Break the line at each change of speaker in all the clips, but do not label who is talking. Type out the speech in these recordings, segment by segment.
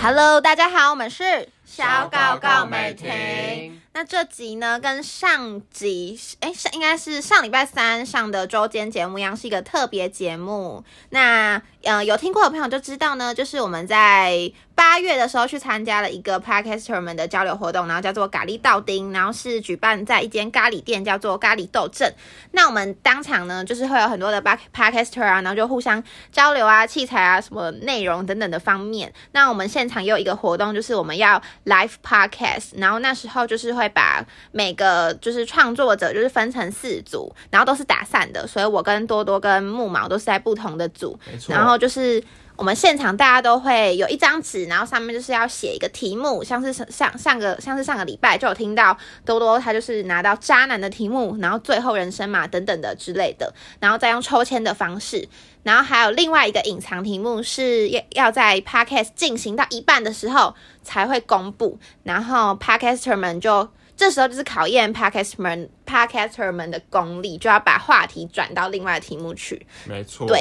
Hello，大家好，我们是
小搞搞美
婷
婷。
那这集呢，跟上集哎，上应该是上礼拜三上的周间节目一样，是一个特别节目。那呃，有听过的朋友就知道呢，就是我们在八月的时候去参加了一个 podcaster 们的交流活动，然后叫做咖喱道丁，然后是举办在一间咖喱店，叫做咖喱豆镇。那我们当场呢，就是会有很多的 pod- podcaster 啊，然后就互相交流啊、器材啊、什么内容等等的方面。那我们现场也有一个活动，就是我们要 live podcast，然后那时候就是会把每个就是创作者就是分成四组，然后都是打散的，所以我跟多多跟木毛都是在不同的组，
没错。
然后就是我们现场大家都会有一张纸，然后上面就是要写一个题目，像是上上上个像是上个礼拜就有听到多多他就是拿到渣男的题目，然后最后人生嘛等等的之类的，然后再用抽签的方式。然后还有另外一个隐藏题目是要要在 podcast 进行到一半的时候才会公布，然后 podcaster 们就这时候就是考验 podcaster 们 podcaster 们的功力，就要把话题转到另外的题目去。
没错，
对。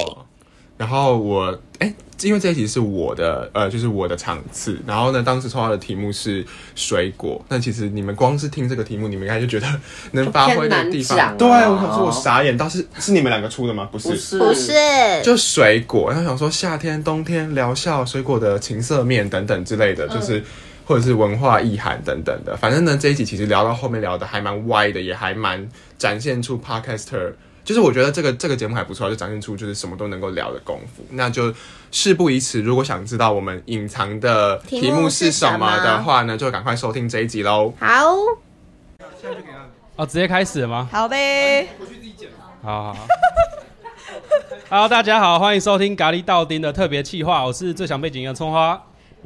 然后我哎，因为这一题是我的呃，就是我的场次。然后呢，当时抽到的题目是水果。那其实你们光是听这个题目，你们应该就觉得能发挥的地
偏难讲
方，对
啊
我想说我傻眼，当时是你们两个出的吗？不是，
不是
不是，
就水果。然后想说夏天、冬天疗效、水果的情色面等等之类的，就是。或者是文化意涵等等的，反正呢这一集其实聊到后面聊的还蛮歪的，也还蛮展现出 podcaster，就是我觉得这个这个节目还不错，就展现出就是什么都能够聊的功夫。那就事不宜迟，如果想知道我们隐藏的
题
题
目
目
是
是
什
什
么
么的话呢，就赶快收听这一集喽。
好，
哦，直接开始了吗？
好呗，
好好好。Hello，大家好，欢迎收听咖喱道丁的特别企划，我是最想被景的葱花。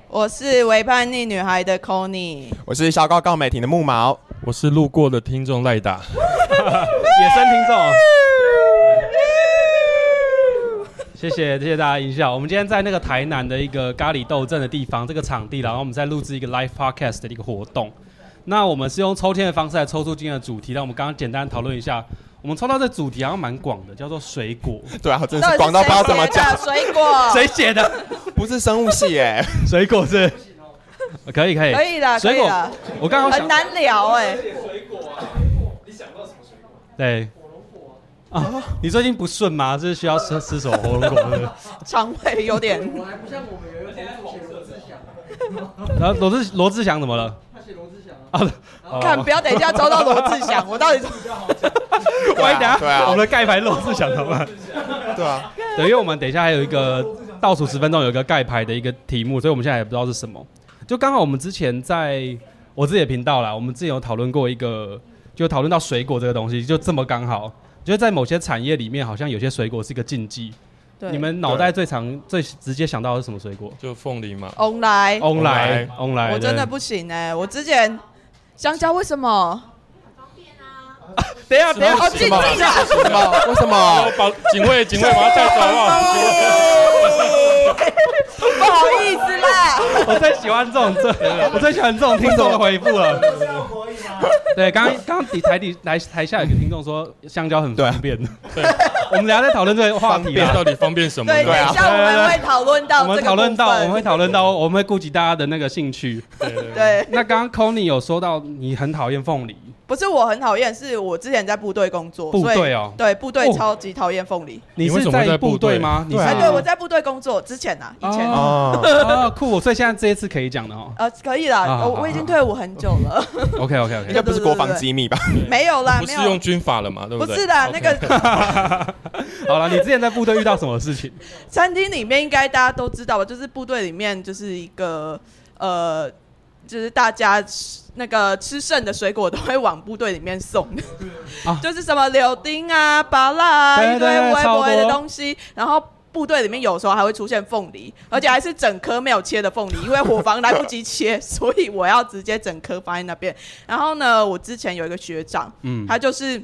我是为叛逆女孩的 c o n y
我是小高告美婷的木毛，
我是路过的听众赖打，
野生听众。谢谢谢谢大家音效。我们今天在那个台南的一个咖喱斗阵的地方，这个场地，然后我们在录制一个 live podcast 的一个活动。那我们是用抽签的方式来抽出今天的主题，那我们刚刚简单讨论一下，我们抽到这主题好像蛮广的，叫做水果。
对啊，我真
到底
是广到不知道怎么
谁写的
讲，
水果
谁写的？
不是生物系 耶、
水果是？可以可以
可以啦，可
水
以
果
啦，
我刚刚
很
想
难聊哎，
对。啊，你最近不顺吗？是需要吃吃什么火龙果是不 是？
肠胃有点
然后罗志罗志祥怎么了？他写罗志祥啊。
看，不要等一下遭到罗志祥，我到底
万一等
对啊
下我们的盖牌罗志祥怎么 办？
对啊，
对，因为我们等一下还有一个倒数十分钟有一个盖牌的一个题目，所以我们现在也不知道是什么。就刚好我们之前在我自己的频道啦，我们之前有讨论过一个，就讨论到水果这个东西，就这么刚好，就是在某些产业里面，好像有些水果是一个禁忌。
对
你们脑袋最常、最直接想到的是什么水果？
就凤梨嘛，
on 来，
翁来
来，
翁来，
我真的不行哎，我之前香蕉为什么？
对。等一下，等一下，
哦，静静的，
什么？为什么？
把警卫警卫把他
哦
带走好不好？
不好意思啦，
我最喜欢这种这，我最喜欢这种听众的回复 了。 对，刚刚刚底台底台台下有个听众说香蕉很方便，
对，
我们俩在讨论这个话题啊。
到底方便什么
对，
呢？
等
啊
一下我们会讨论
我
到哦这个
们讨论到，
部分
我们会讨论到，我们会顾及大家的那个兴趣。
对，
那刚刚 Conny 有说到你很讨厌凤梨，
不是我很讨厌，是我之前在部队工作，
部
所以
队哦
对部队
哦
超级讨厌凤梨。
你
为
是
什么会在
部
部队
队吗？你是
对啊
哎，对，我在部队工作之前啊，以前
哦
哦，
哦酷，所以现在这一次可以讲的哦。
呃，可以啦，
啊
我我已经退伍很久了，
OK OK
应
OK，
该不是国防机密吧？
没有啦，
不
没
是
有，
用军法了嘛？对
不
对？
是啦，那个
好了，你之前在部队遇到什么事情？
餐厅里面应该大家都知道吧，就是部队里面就是一个呃，就是大家吃那个吃剩的水果都会往部队里面送，
啊
就是什么柳丁啊、芭乐啊，
对
一堆
对对
微
超
博的
多
东西，然后。部队里面有时候还会出现凤梨，而且还是整颗没有切的凤梨，因为伙房来不及切，所以我要直接整颗放在那边。然后呢，我之前有一个学长，
嗯，
他就是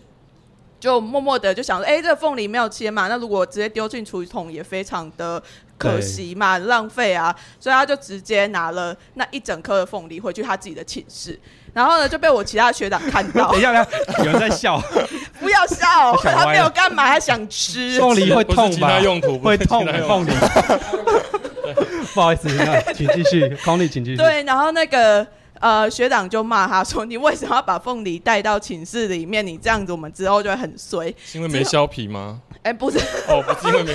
就默默的就想说，哎、这个凤梨没有切嘛，那如果直接丢进厨余桶也非常的可惜嘛，浪费啊，所以他就直接拿了那一整颗的凤梨回去他自己的寝室，然后呢就被我其他学长看到
等一，下，等一下有人在笑，
不要笑，哦
想
他
歪
没
了
有干嘛，他想吃。
凤梨会
不是
痛
其
吧
他？用途，不
会
是其他
痛
用途
凤梨。 不好意思，那请继续 c o n y 请继续。，
对，然后那个呃学长就骂他说：“你为什么要把凤梨带到寝室里面？你这样子，我们之后就会很衰。
是因为没削皮吗？”
哎，不是，
哦，不是因为没，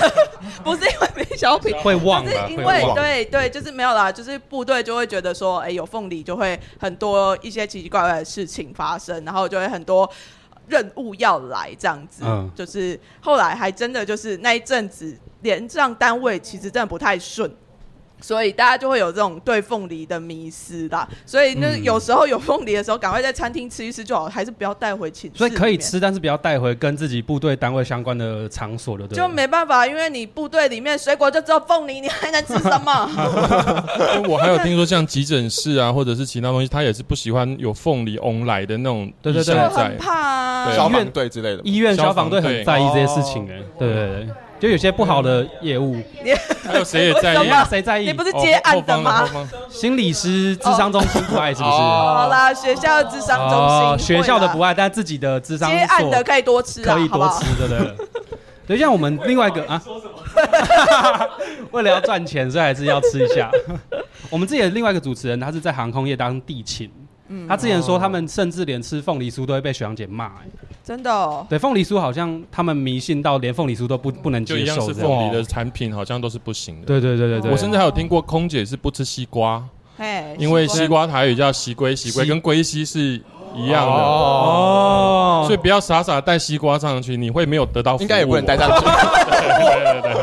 不是因为没小品，
会忘
是
了，
因
会
为
忘。
对对，就是没有啦，就是部队就会觉得说，哎、有凤梨就会很多一些奇奇怪怪的事情发生，然后就会很多任务要来这样子。
嗯
就是后来还真的就是那一阵子，连上单位其实真的不太顺。所以大家就会有这种对凤梨的迷失啦，所以那
嗯
有时候有凤梨的时候，赶快在餐厅吃一吃就好，还是不要带回寝室。
所以可以吃，但是不要带回跟自己部队单位相关的场所的，对
就
了。
没办法，因为你部队里面水果就只有凤梨，你还能吃什么？
因 为我还有听说像急诊室啊，或者是其他东西，他也是不喜欢有凤梨翁来的那种
对对
意
对
向
就
在
很。怕啊。
对
消防队之类的吗。
医院消
消
防
防
队
队哦
很在意这些事情，哎，对对对，就有些不好的业务，
还有谁也 在
哎
为什么
意
呀，谁在意
你？不是接案的吗？
哦后方 后方
心理师、智商中心不爱是不是？
哦
好啦，学校的智商中心、
哦学校的不
会啦
爱，但自己的智商
接案的
所
可以多吃啊，
可以
好不
多
好
吃，对对 对。对，像我们另外一个啊，为了要赚钱，所以还是要吃一 下。我们自己的另外一个主持人，他是在航空业当地勤。
嗯
他之前说，他们甚至连吃凤梨酥都会被学长姐骂、哎
真的、哦。
对，凤梨酥好像他们迷信到连凤梨酥都不不能
就
接
一样
受
是
这样哦
凤梨的。产品，好像都是不行的。
对对对对对，
我甚至还有听过空姐是不吃西瓜，
嘿，
因为
习
西瓜台语叫西龟，西龟
西
跟龟西是一样的，
哦，
所以不要傻傻带西瓜上去，你会没有得到服务。
应该也不能带上去，
对对对，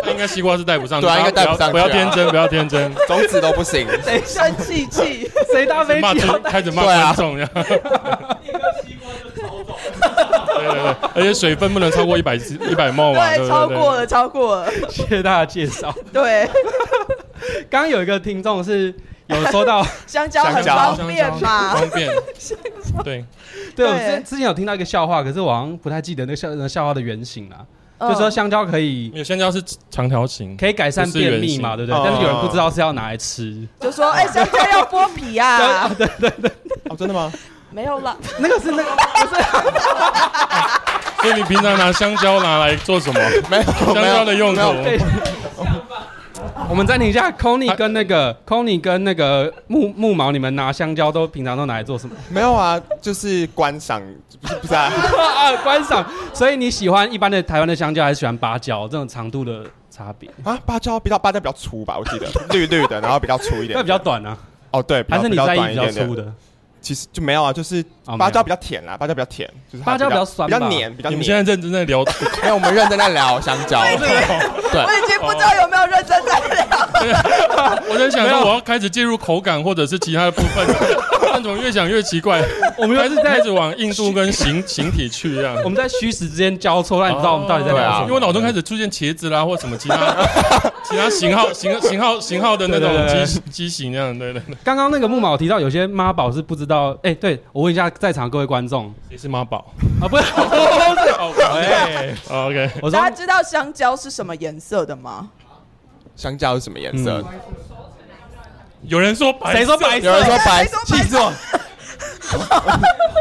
那应该西瓜是带不上去，
对啊应该
大家
带不上去啊
不要天真，不要天真，
种子都不行。
谁生气 气？
谁搭飞
骂
机要
尊开始骂
对啊
观 众呀。对对对，而且水分不能超过一百一百 ml 嘛，对
对，
不
超过
对？
了，超过了，
谢谢大家介绍。
对，
刚刚有一个听众是有收到，
香蕉很方便嘛。
方便，对，
对我
对
之之前有听到一个笑话，可是我好像不太记得那个笑那个笑话的原型啦，
嗯
就说香蕉可以
因为香蕉是长条形，
可以改善
不是
便
原
秘
型
嘛，对不对？
哦
但是有人不知道是要拿来吃，
就说哎、香蕉要剥皮啊，
哦，真的吗？
没有啦，
那个是那个
所以你平常拿香蕉拿来做什么？
没有，
香
没
蕉的
有，
用途，
对。我们暂停一下 c o n y 跟那个 c o n y 跟那个木木毛，你们拿香蕉都平常都拿来做什么？
没有啊，就是观赏，不是不是啊？
啊，观赏。所以你喜欢一般的台湾的香蕉，还是喜欢芭蕉这种长度的差别？
啊，芭蕉比较芭蕉比较粗吧，我记得绿绿的，然后比较粗一点
那比。较短啊，
哦，对，比
还
较
是
比
你
较
在意
短
比
一
较
点点
粗。的？
其实就没有啊，就是
哦
芭蕉
没
比较甜啦，芭蕉比较甜，就是它
芭蕉比较酸
比较
吧
黏，比较
你
黏。
们现在认真在聊，
没有，我们认真在聊香 蕉。
我已经不知道有没有认真在聊。
我在想说我要开始介入口感或者是其他的部分， 但怎么越想越奇怪？
我们
还
又
是
是
开
在
始往硬度跟形形体去一样
我。们在虚实之间交错，让你知道我们到底在啊
哦啊
聊什么。
因为我脑中开始出现茄子啦，或什么其他 其他型号、型型号、型号的那
对对对
种机机型那样，对对对。
刚刚那个木马提到有些妈宝是不知道，哎、对我问一下在场各位观众
谁是妈宝？
啊，不是，
哎，OK，
我说
大家知道香蕉是什么颜色的吗？
香蕉是什么颜色？
嗯
有人说白，
谁说白
有人
色？
说白
谁，说白
记住哦，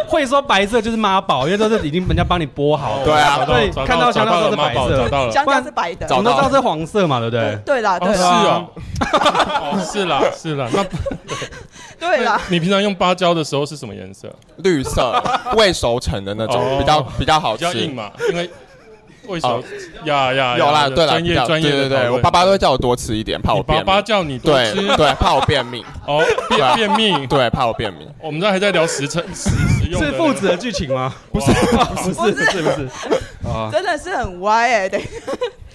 会说白色就是妈宝，因为都是已经人家帮你剥好了。
对啊
找到
对
找到
看到香
找
蕉
到
都是
了妈
白
宝，
色
找到了。
香蕉是白的。
我
找
们都知道
到
是黄色嘛，对不对？
对啦，
哦，
对
是
啦，
哦，
啊
哦是啦，是啦。那
对啊啦，
你平常用芭蕉的时候是什么颜色？
绿色未熟成的那种，
哦
比较比较好
比较
吃
硬。嘛，因为为什么
哦？
呀呀，
有啦，
呀
对啦，
专
比
业
较
专业
对
的
对对，
讨论
我爸爸都会叫我多吃一点，怕我
你爸
便秘
爸。叫你多
对
吃，
对，怕我便秘，
哦，
对
便
啊
便秘。
对，怕我便秘。
我们这还在聊实诚实实用的
是
那个
父子的剧情吗？不是，不是，不是，不是。啊，
真的是很歪哎、对，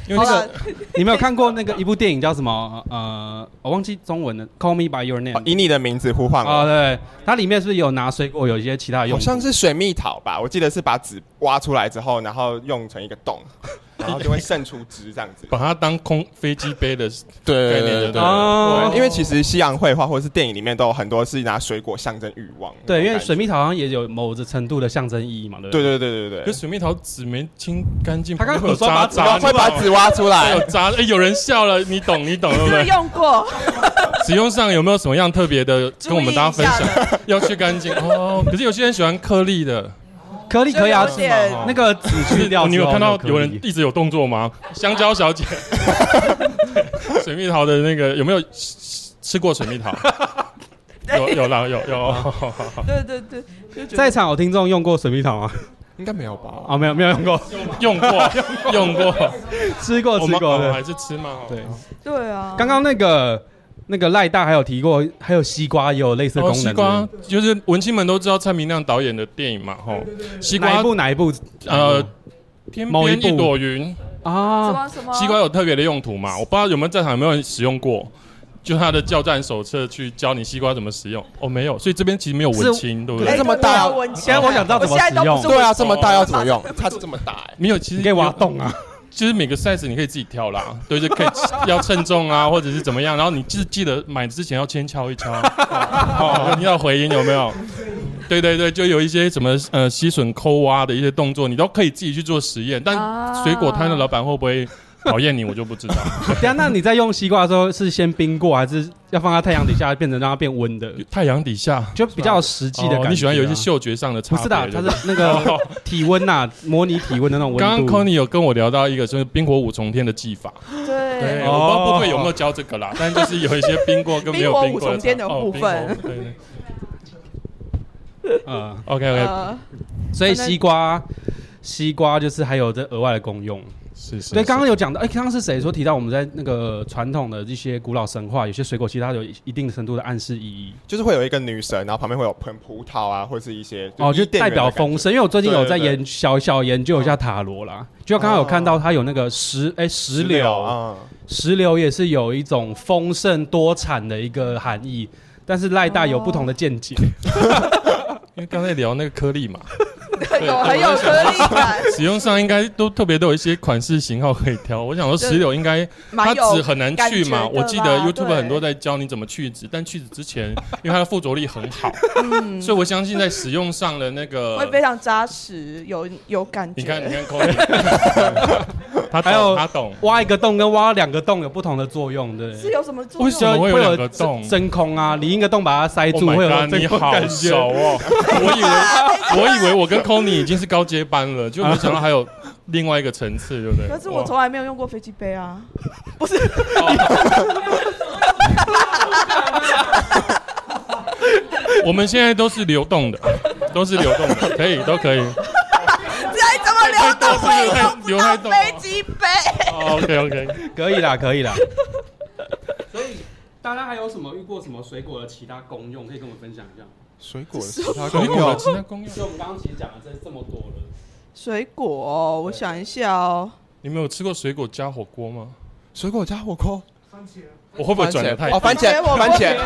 因
好
为那
啦
个
你们有看过那个一部电影叫什么？呃，我忘记中文了，《Call Me by Your
哦
Name
以》你的名字呼唤
啊，
我，
对，它里面是不是有拿水果，有一些其他的用
好
途？
像是水蜜桃吧？我记得是把籽挖出来之后，然后用成一个 洞，然后就会渗出汁这样子。
把它当空飞机杯的
对对
概念
对
就
对
对
对。
了
哦
对，因为其实西洋绘画或者是电影里面都有很多是拿水果象征欲望。
对，因为水
蜜。
蜜桃好像也有某种程度的象征意义嘛，对不
对对对对
可
对
是水蜜桃籽没清干净，
他刚刚
会有
有说把
渣
籽
渣，
对，会把
你知
籽挖出
道吗
来
有。渣。哎，有人笑了，你懂，你懂，对
是
不
不是
对？
用过，
使用上有没有什么样特别的，跟我们大家分
注意一 下
享？要去干净哦。可是有些人喜欢颗粒的，
颗粒
就
可以啊，
有点
哦
那个籽去掉之后，
你有看到
颗粒
有人一直有动作吗？香蕉小姐，水蜜桃的那个有没有吃吃过水 蜜桃？
哎
有有啦有有，
对对对，就觉 得
在场有听众用过水蜜桃 吗？
应该没有吧？
啊，没有没有用过，
用过用过，
吃过
我
吃
们
过
哦
的。
还是吃嘛？哦
对，
对啊，
刚刚那个那个赖大还有提过，还有西瓜也有类似的
哦
功能。
西瓜就是文青们都知道蔡明亮导演的电影嘛，吼，西
哪
瓜
一部哪一部？
呃，天
某一
边
部哦
一朵云，
什
啊，
么什么
西瓜有特别的用途嘛？我不知道有没有在场有没有人使用过，就它的教战手册去教你西瓜怎么使用。哦，没有，所以这边其实没有文青，对不
哎
对
这？么大
对啊文青
现在我想知道怎么
我现在都不
使
是
用
对啊，
文
这
青
么大要怎么用？它是这么大哎、
没有，其
你
实
可以挖
有，
洞啊。
就是每个 size 你可以自己 挑啦，对，就可以要称重啊，或者是怎么样。然后你就是记得买之前要先敲 一敲，哦，你要回音有没有？对对对，就有一些什么呃吸吮、抠挖的一些动作，你都可以自己去做实验。但
啊
水果摊的老板会不会讨厌你，我就 不知道。
等一下，那你在用西瓜的时候是先冰过，还是要放在太阳底下变成让它变温的？
太阳底下，
就比较实际的感觉啊。
哦。你喜欢有一些嗅觉上的
不
差别？
是的，它
对不对
是那个体温呐， 模拟体温的那种温
刚刚
度。
Conny 有跟我聊到一个就是冰火五重天的技法，对，
对
哦
我不知道部分有没有教这个啦，但就是有一些冰过跟没有
冰火
冰过
五重天
差
的
哦
部分
冰火对对
嗯，
OK OK，
呃
所以西瓜。西瓜就是还有这额外的功用，
是是。
对，刚刚有讲到，哎，刚刚是谁说提到我们在那个传统的一些古老神话，有些水果其实它有一定程度的暗示意义，
就是会有一个女神，然后旁边会有喷葡萄啊，或是一些
哦，就
伊甸园
代
的
表
感觉
丰盛。因为我最近有在
对对对
研小小研究一下塔罗啦，就刚刚有看到它有那个石哎石榴，
啊，
石榴也是有一种丰盛多产的一个含义，但是赖大有不同的见 解。
因为刚才聊那个颗粒嘛，
有很有颗粒 感，
使用上应该都特别都有一些款式型号可以挑。我想说石榴应该它
蛮
籽
有
很难去嘛，
感觉的啦
我记得 YouTube
对
很多在教你怎么去籽，但去籽之前，因为它的附着力很好，所以我相信在使用上的那个
嗯会非常扎实，有有感觉。
你看，你看 Cody，他
还有
懂，他懂。
挖一个洞跟挖两个洞有不同的作用，对不
是
对？
有什么作
为
用
什？么会有
会
两个洞
真真空啊，你一个洞把它塞
Oh
住，会有
my god！
真
你
空
好
感
熟
觉。
哦， 我以为我以为我跟 Conny 已经是高阶班了，就没想到还有另外一个层次，对不对？
可是我从来没有用过飞机杯啊，
哇 我们现在都是流动的，都是流动的，可以，都可以。
再怎么聊都会用
流
不
太
到
多
飞机杯。
OK OK，
可以啦，可以啦。所以大家还有什么遇过什么水果的其他功用，可以跟我分享一下？
水果的其他功
水果的
用，
其他功用，
我们刚刚其实讲了这这么多了。
水果哦，我想一下哦，
你们有吃过水果加火锅吗？
水果加火锅，
我会不会转的太
哦，番
番
茄
茄我，
番茄，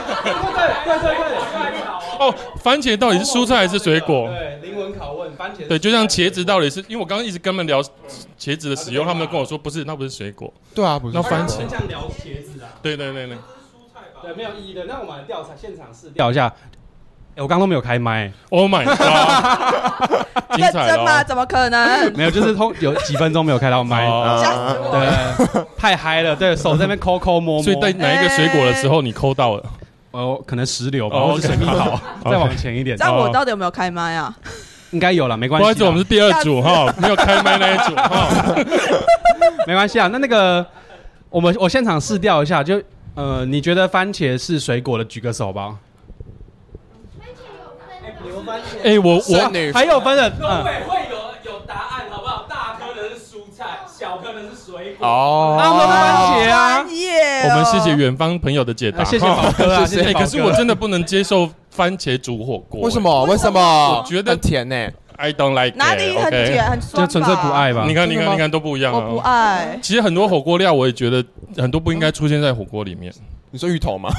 哦？番茄到底是蔬菜还是水果？
对，灵魂拷问，番茄。
对，就像茄子到底是因为我刚刚一直跟他们聊茄子的使用，他们跟我说不是，那不是水果。
对啊，不是
那番茄
正想聊茄子啊，
对对对对，
对，没有意义的。那我们来调查现场试调一下。哎，我刚刚都没有开麦，
Oh my god！精
认
彩哦
真吗？
了！
怎么可能？
没有，就是通有几分钟没有开到麦，
哦
吓死
嗯
我了！
对，太嗨了，对手在那边抠抠摸摸，
所以在哪一个水果的时候你抠到了？
哦，可能石榴吧，
哦
或是水蜜 桃
OK
再往前一点哦
这，样我到底有没有开麦啊？
应该有了，没
不
关系啦，啊
好意思，我们是第二组哈，没有开麦那一组哈。
没关系啊。那那个，我们我现场试调一下，就呃，你觉得番茄是水果的，举个手吧。
哎，我
剩
我
女
还有分的，嗯，
会有有答案，好不好？大颗的是蔬菜，小颗的是水果。
哦，
啊，我们番茄啊
专，业哦，
我们谢谢远方朋友的解答，
啊谢谢
哈
宝哥啊，
谢
谢
谢
谢
哎，
宝
可
哥。
是我真的不能接受番茄煮火锅。
为什么？为什么？
我觉得
很甜呢、
？I don't like it。
哪里很
OK
甜很酸
就纯
吧
粹不，爱吧。
你看，你
真的
看，
吗
你看，都不一样
我不
啊。
爱。
其实很多火锅料，我也觉得很多不应该出现在火 锅里面。
你说芋头吗？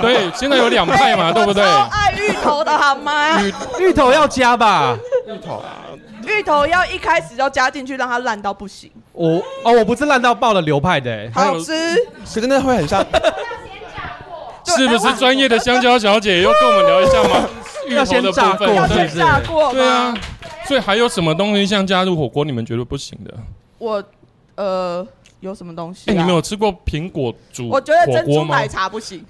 对，现在有两 派嘛，
我啊
对不对？
超爱芋头的好吗？
芋头要加吧？
芋头要一开始就加进去，让它烂到不行，
我哦，我不是烂到爆的流派的、欸，
好吃。
可真的会很像，
对
是不
哎
是
我
专业的香蕉小姐要跟我们聊一下吗？芋
要
头
先
的
炸
部
过
分，
要
是
先
不是
炸过吗？
对啊，，所以还有什么东西像加入火锅你们觉得不行的？
我呃有什么东西
哎、
啊？
你们有吃过苹果煮
我觉得
火
珍
锅
珠
吗
奶茶不行，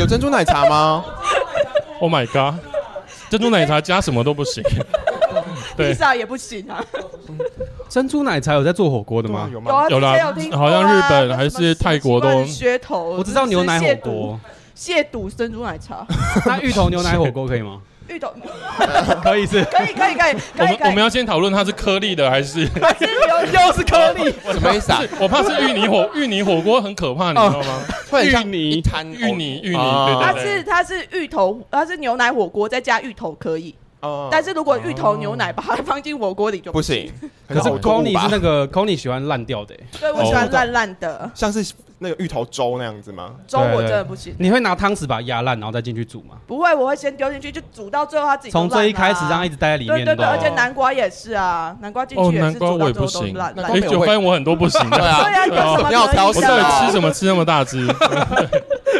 有珍珠奶茶吗？
？Oh my god！珍珠奶茶加什么都不行，对
披萨也不行啊。
珍珠奶茶有在做火锅的
对啊
吗？
有吗？
有啊，
有啦
之前有听过啊
好像日本
那
还
什么
是泰国都
奇怪的噱头，
我只知道牛奶火
就是亵渎
锅，
亵渎珍珠奶茶，
那芋头牛奶火锅可以吗？
芋头
可以是
可以可以可以
我
可以
们
可
我们
以，
要先讨论它是颗粒的还 是？
又是颗粒，
什么意思啊？
是我怕是 芋 泥火芋泥火锅很可怕，你知道吗？
会很像
芋泥
一滩
芋泥芋泥，
哦
对
它
对
是
对。
它是芋头，它是牛奶火锅再加芋头可以，
嗯
哦
但是如果芋头牛奶把它放进火锅里就
不。行。
可是
很恐怖
Kony
吧
是那个 Kony 喜欢烂掉的欸，
对，我喜
哦
欢烂烂的
像是那个芋头粥那样子吗？
粥，我
对
真的不行。
你会拿汤匙把它压烂，然后再进去煮吗？
不会，我会先丢进去，就煮到最后它自己就
从
烂
最一
了
开始
啊
这样一直待在里
对
面的
对对，而
哦，
且南瓜也是啊，南瓜进
哦，
去也
南
是
瓜
煮
我
到
也
最后
不
都
行，
烂
哎，
烂。
瓜
九
我也
番我很多不行
对
的。
啊
对 啊，有什么
你要挑
可
我
以
食
的
到
啊
底吃什么吃那么 大只？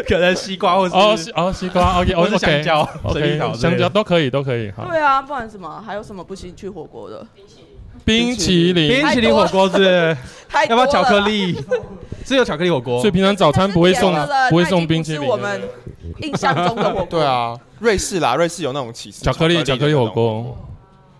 可能西瓜或
哦
是
西哦，西瓜，OK，
或
哦
是香
OK，
蕉、水蜜桃
OK，
之类
香
的
蕉都可以，都可以。好，
对啊，不然什么？还有什么不行去火锅的？
冰淇淋
冰。淇淋火锅是不是，
太
要不
多了
要巧克？力？只有巧克力火锅
所以，平常早餐不会送
太甜了啦，
不会
那已经
送冰
不
淇
是
淋。
我们印象中的火 锅，
对，啊，瑞士啦，瑞士有那种起司
巧克力巧克力
的那
火
种，
锅。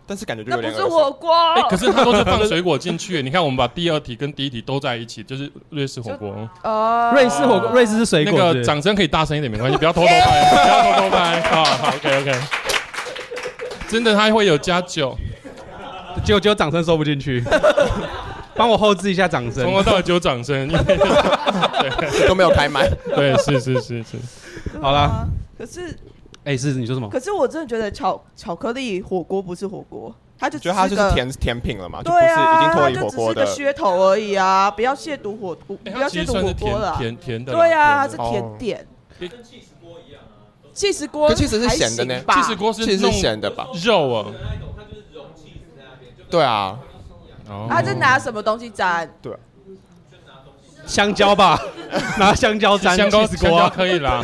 但是感觉就
那
有
不
点
是
恶心
火锅。
哎，可是他都是 放水果进去。你看，我们把第二题跟第一题都在一起，就是瑞士火锅。
呃
瑞士火锅，瑞士是水
那
果
个
是不是。
掌声可以大声一点，没关系，不要偷偷 拍，不要偷偷拍。好好，OK OK。真的，他会有加酒，
结果结果掌声收不进 去，帮我后置一下掌声
从。头到尾只有掌声。因为
都没有开麦。
对，是是是 是，
对啊
好啦。
可是
哎，是你说什么？
可是我真的觉得巧巧克力火锅不是火锅，它就
觉得它
只
就是
个
是。甜甜品了嘛，就不是
对
已经
啊，
脱
它
离
就
火
只是
锅
个
的。
噱头而已啊！不要亵渎火锅，不
哎它
要
其
亵
实
渎
算
火
是
锅了
甜
啊。
甜甜的啦。
对啊，它
甜
是
的哦
甜点，
气死锅一样啊，
气死锅
可气死是咸的呢
还行吧
气死锅是
其实是
弄
咸的吧？
肉啊。
那一种它就是容器是在那边，就
对啊，
哦
他是拿什么东西沾？
香蕉 吧，拿香蕉沾
香蕉，
起司
香
锅
蕉
啊。
可以 啦，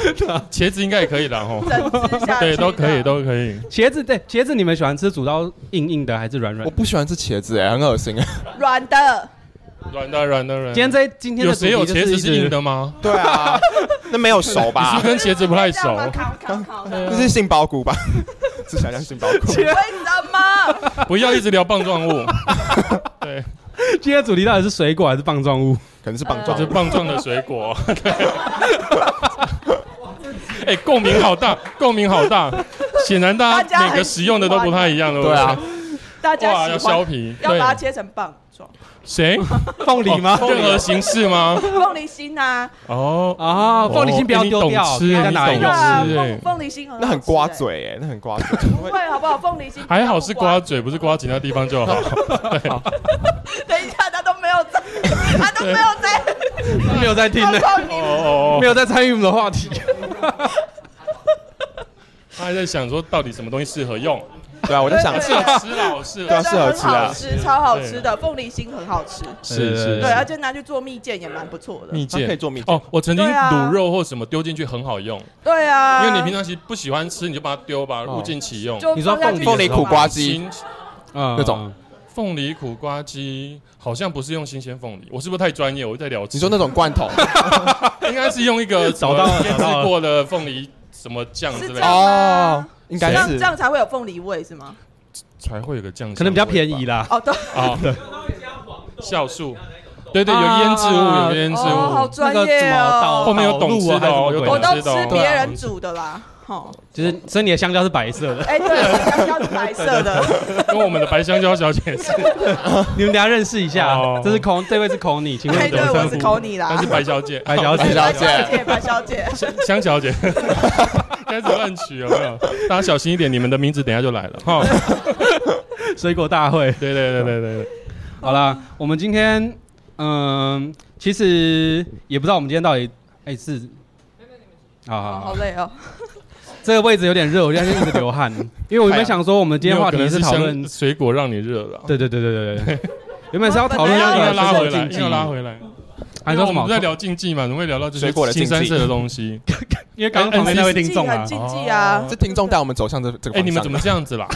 茄子应该也可以啦，吼。
整只下去的啊
对，都可以，。都可以。
茄子对茄子，你们喜欢吃煮到硬硬的还是软软
我
的？
不喜欢吃茄子，哎，很恶心。
软的，
软的，软的，软的。
今天这今天
有
的主
谁有
题就
茄
是
子
一
是硬
直
的吗？
对啊， 那没有熟
你是
吧
不是？跟茄子不太熟
这？样吗烤烤烤的
这是杏鲍菇吧？只想想杏鲍菇。
为什 么？
不要一直聊棒状物， 对，
今天的主题到底是水果还是棒状物？
可能是棒
就
状
是。棒状的水 果。 对，哎，共鸣好大，共鸣好大。显然大
大家
家
很
每个使用的都不太一样，对不
对啊，
大
对？哇，
家
要
喜欢
削皮，
要
对
把它，切成棒状，
谁？
凤梨吗
哦？任何形式吗？
凤梨心啊，
哦，
啊，凤梨心不要丢掉
哦，哎你懂吃
可以再
你
拿
懂
一
对
个
吃
啊，
是
凤凤梨心很好 吃
那很刮
欸，
嘴哎，那很刮嘴。
不会好不好？凤梨心
还好是刮
不
嘴，不是刮其他地方就好。
刮， 等一下他都没有在，他都没有在，
没有在听
他
呢，
放你
哦
没有在参与我们的话 题。
他还在想说到底什么东西适合用，
对啊，我在想
对
适合吃啦，我适
对啊
合
真
适合
的很
吃啊
好吃，超好吃的凤梨心很好吃，
是是
对，啊而
是
且拿去做蜜饯也蛮不错的，
蜜
它可以
饯。
做蜜饯
哦，我曾经
对啊
卤肉或什么丢进去很好用，
对啊，
因为你平常其实不喜欢吃，你就把它丢吧，物尽其用。
就
你说
放下
凤
去
凤
梨
就好
苦瓜
新
嗯
那种
凤梨苦瓜鸡好像不是用新鲜凤梨，我是不是太专业？我在聊吃，
你说那种罐头
应该是用一个
找到了找
腌制
到了
过的凤梨什么酱
是
之类
这
的，
样
哦
吗？，
应
这
该
样
是
这样才会有凤梨味是吗？
才会有个酱香味吧，
可能比较便宜啦。
哦，对，
啊。
它会加黄豆，
酵素，对对，有腌制物，
啊
有腌制
哦好
物。
专业哦
后面有懂吃的哦
那个什么导导入啊还是什么鬼
我都
有懂知道
吃别人煮的啦。哦，
就是所以你的香蕉是白色 的，
哎，对，香蕉是白色的，
跟我们的白香蕉小姐是，
你们等一下认识一下
哦。
这是孔，这位是孔你，请问
哎，
你怎
对，
么称
我是
呼？
Kony
她
啦
是，白小姐，
白小
白
姐，
小
白
姐
小姐，白小姐，
香小 姐，开始乱取有没有？大家小心一点，你们的名字等一下就来了哈。
水果大会。
对对对对对对，
好啦，我们今天嗯，其实也不知道我们今天到底哎是。好好
哦好
好，
累哦。
这个位置有点热，我现在一直流汗，因为我原本想说我们今天话题
没有可能
是
是
讨论
香，水果让你热了啊，
对对对对对对，原本是要讨
对
论
硬
我
那
本来
要
个
拉回
水
来，
果
硬
禁
要
忌
拉回来。
还
因
说什
为我
么
们在聊竞技嘛，怎么会聊到就是
水果的禁
新
忌
三色的东西？
因为刚刚旁边那位听众啊
很，禁忌啊
这，听众带我们走向这这个方
哎，
向。
你们怎么这样子啦？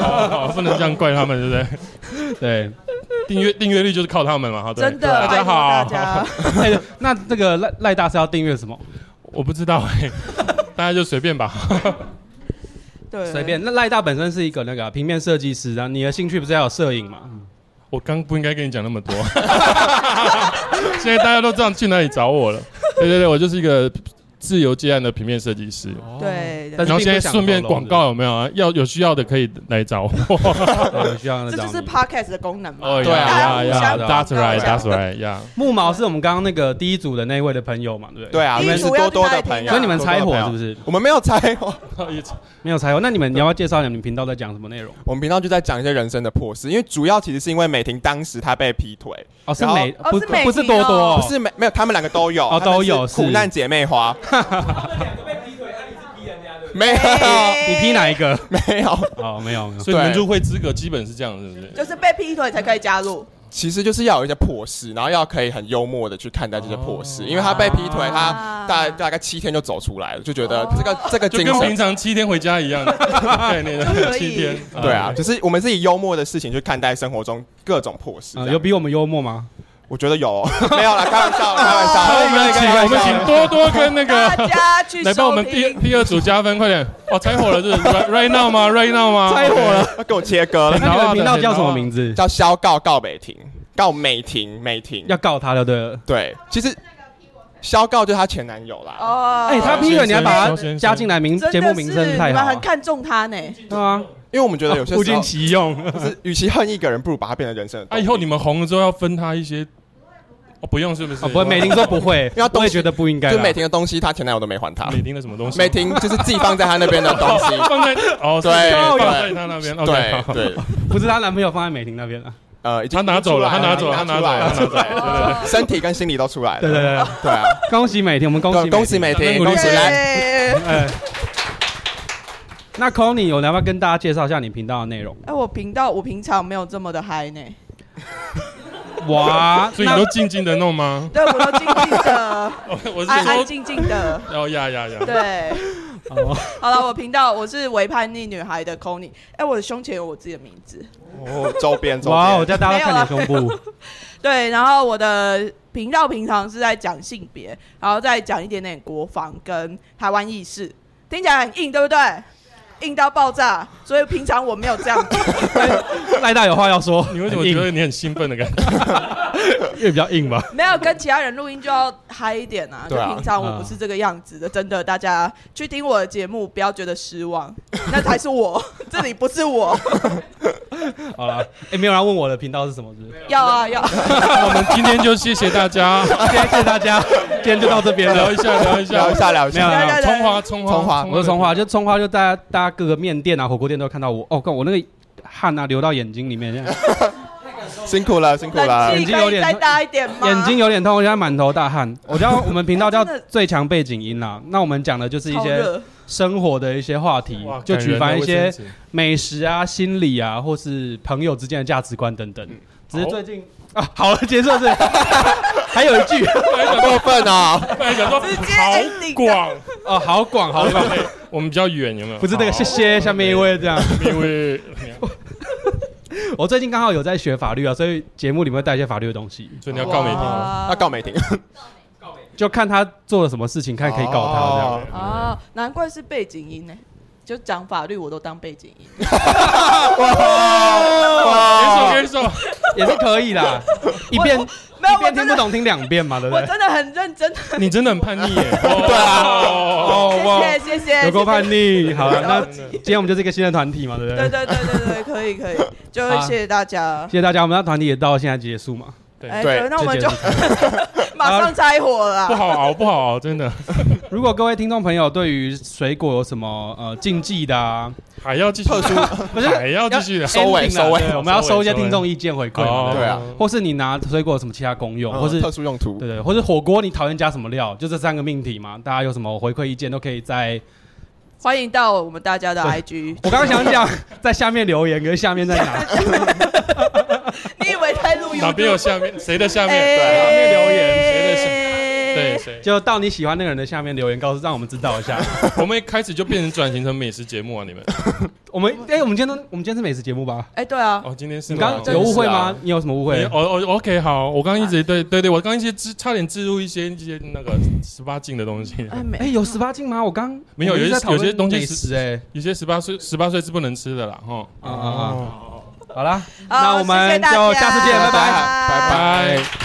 好好不能这样怪他们，对不对？
对，
订阅订阅率就是靠他们嘛，哦好，对
真的，
大
拜
家
托
好，
大家，
哎那这个赖赖大是要订阅什么？
我不知道哎、大家就随便吧。
对，
随便。那赖大本身是一个那个啊平面设计师，然后你的兴趣不是还有摄影嘛？
我刚不应该跟你讲那么多， 现在大家都知道去哪里找我了。对对对，我就是一个自由接案的平面设计师。
对，
但
对
是
然后现在
并不想
顺便
透露
广告有没有啊？要有需要的可以来 找我。
对需要那
这
种
就是 podcast 的功能嘛。
哦
对
啊
呀呀呀
对啊
，That's right，That's right，呀。
木毛是我们刚刚那个第一组的那一位的朋友嘛，对不对？
对啊，我
第一
们是
组要
多多
去哪里
的朋
听
友，
啊
所以你们
多多
拆
的
火
朋友
是不？是？
我们没有拆火，
没有拆火，那你们你要不要介绍一下你们频道在讲什么内容？
我们频道就在讲一些人生的破事，因为主要其实是因为美婷当时她被劈腿，
哦，是
然后
美
哦
不
是美
不是
婷
多
哦
多哦，
不是没没有，他们两个都有，
哦
他们
都有
是苦
是
难姐妹花，
他们两个被劈腿，那你是劈人家对不对？
没有
你批哪一个？
没有，
哦，没有没有。
所以
对
能入会资格基本是这样，是不是？
就是被劈腿才可以加入，
其实就是要有一些破事，然后要可以很幽默的去看待这些破事，因为她被劈腿，她大大概七天就走出来了，就觉得这个这个
就
精
跟平
神。
常七天回家一样的概念
就可，以
七天。
对啊，就是我们是以幽默的事情去看待生活中各种破事。
呃
这样
有比我们幽默吗？
我觉得有哦， 没有啦，开玩笑，开玩笑。
好，我们请
开玩笑
我们请多多跟那
大
个
家去
来帮我
收
们第
听。
第二组加分，快点！哦，拆火了，是 right right now 吗？right now 吗？
拆火了。
要跟我切割了，
那你们频道叫
啊
什么
字？
名字？
叫肖告告美婷，告美婷，美婷。
要告他的对了。
对，其实肖告就是她前男友啦。
哦，
哎，他劈腿，你还把
肖
他
先生
加进来名
真的
节目名
是
称
你
太
们
好啊
很
了。
看重他呢。
对啊，
因为我们觉得有些
物
时
尽
候，
其用。
就是与其恨一个人，不如把他变成人生的动
啊，
力。
以后你们红了之后要分他一些，哦，不用是不是？
哦，不会，美婷说不会
因为他，东
我也
西
觉得不应该啦。
就美婷的东西，她前男友都没还她。
啊美婷的什么东西？
美婷就是自己放在她那边的东 西。
放在哦，是
对对
放在他那边。OK，
对
好
对，
不是她男朋友放在美婷那边啊了。
呃，已经
他拿走了，他拿走了，他拿
出
走
来
了，
了
他拿走了。
哦
身体跟心理都出来了。
对对对，
对啊，
对恭喜美婷，我们恭喜
对恭喜美
婷。
婷，
掌声鼓励
恭喜来。
耶
哎，那 Conny，有要不要跟大家介绍一下你频道的内容？
哎，我频道我平常没有这么的嗨呢，
哇，
所以你都静静的弄吗？
对我都静静的，
我是
安安
说，
静静的。
哦呀呀呀，
对，
那哦
好了，我频道我是为叛逆女孩的 c o n y 哎，我的胸前有我自己的名字。
哦，周边周
哇，我
边。
叫大家看你的胸部。
对，然后我的频道平常是在讲性别，然后再讲一点点国防跟台湾意识，听起来很硬，对不对？硬到爆炸，所以平常我没有这样做。
啊
赖大有话要说，
你为什么
很硬
觉得你很兴奋的感觉？
因为比较硬吧？
没有跟其他人录音就要嗨一点啊！就
对啊
平常我不是这个样子的，真的，大家去听我的节目，不要觉得失望，那才是我，这里不是我。
好了，哎，没有人要问我的频道是什么，是 不是？
要啊要，
我们今天就谢谢大家，
谢谢大家，今天就到这边
聊
了
一。下，聊一
聊
下啊
一。下，聊一
没有
下。
啦
对对对
葱花，葱花，
葱花
我是葱花，就葱花，就大家大家各个面店啊、火锅店都看到我。哦，看我那个汗啊流到眼睛里面，这样
辛苦了，辛苦了
冷
眼
气
睛
可
有
以
点
再大一点吗？
眼睛有点痛，我现在满头大汗。我叫我们频道叫
哎真的
最强背景音啦。那我们讲的就是一
超
些
热，
生活的一些话题
哇，
就举凡一
感人啊的卫
些
生纸
美食啊、心理啊，或是朋友之间的价值观等等。只是
嗯好
最近啊，好了，结束是， 还有一句
本来想
过分啊！
本来 想说
直接
好
ending 啊
广，
哦，好广好广，
对我们比较远，有没有？
不是那个，
好
谢谢下面一位这样。
因为
我最近刚好有在学法律啊，所以节目里面会带一些法律的东西，
所以你要告美婷哦。
啊
要告美婷，
就看他做了什么事情，看可以告他这样。
哦
啊，
嗯
难怪是背景音呢、就讲法律我都当背景音，
我
哇！
跟你说，
也是可以啦，一遍
没
一
有我
遍听
真
不
的
懂，听两遍嘛，对不
我
对？
真的很认真，
你真的很叛逆耶！
对啊
哦哇
谢谢谢谢，
有够叛逆，好啊了，那
谢谢
今天我们就是一个新的团体嘛，对不
对
对？
对对对对，可 以可以，就
好啊
谢谢大家
谢。谢大家，我们的团体也到现在结束嘛。
哎，
对
对，那我们
谢
就
谢
马上拆火了
不
啊。
好熬，不好熬，真的
如果各位听众朋友对于水果有什么呃禁忌的啊，
还要继续，
特殊
不是
还要继续的。
收尾
ending 啦
收尾
对我们要
收尾
收一些
收尾哦
听众意见回馈嘛，
对
对
啊
不对或是你拿水果有什么其他功用，或是
嗯特殊用途
对，对，或是火锅你讨厌加什么料，就这三个命题嘛，大家有什么回馈意见都可以在
欢迎到我们大家的 IG。
我刚刚想讲在下面留言，可是下面在哪？
你以为在录音？
哪边有下面？谁的下面？
哎
下面留言，谁的下？谁谁，
就到你喜欢那个人的下面留言，告诉让我们知道一下。
我们一开始就变成转型成美食节目啊！你们
我们哎、我们今天都我们今天是美食节目吧？
哎，对啊，
哦，今天是
你
吗
刚
真
有
的
误会
是
吗
啊？
你有什么误会？
你哦哦，OK，好，我刚刚一直对对对，我刚刚一些置差点置入一些一些那个十八禁的东西，
哎
哎、
没
有十八禁吗？我刚
没有
我们一直
有
在
些
讨论
有些东西
美
是
食哎、
有些十八岁十八岁是不能吃的啦，哈。
啊啊啊！好啦，
好
那我们
谢谢大
就
家啊
下次见，拜拜。
拜拜。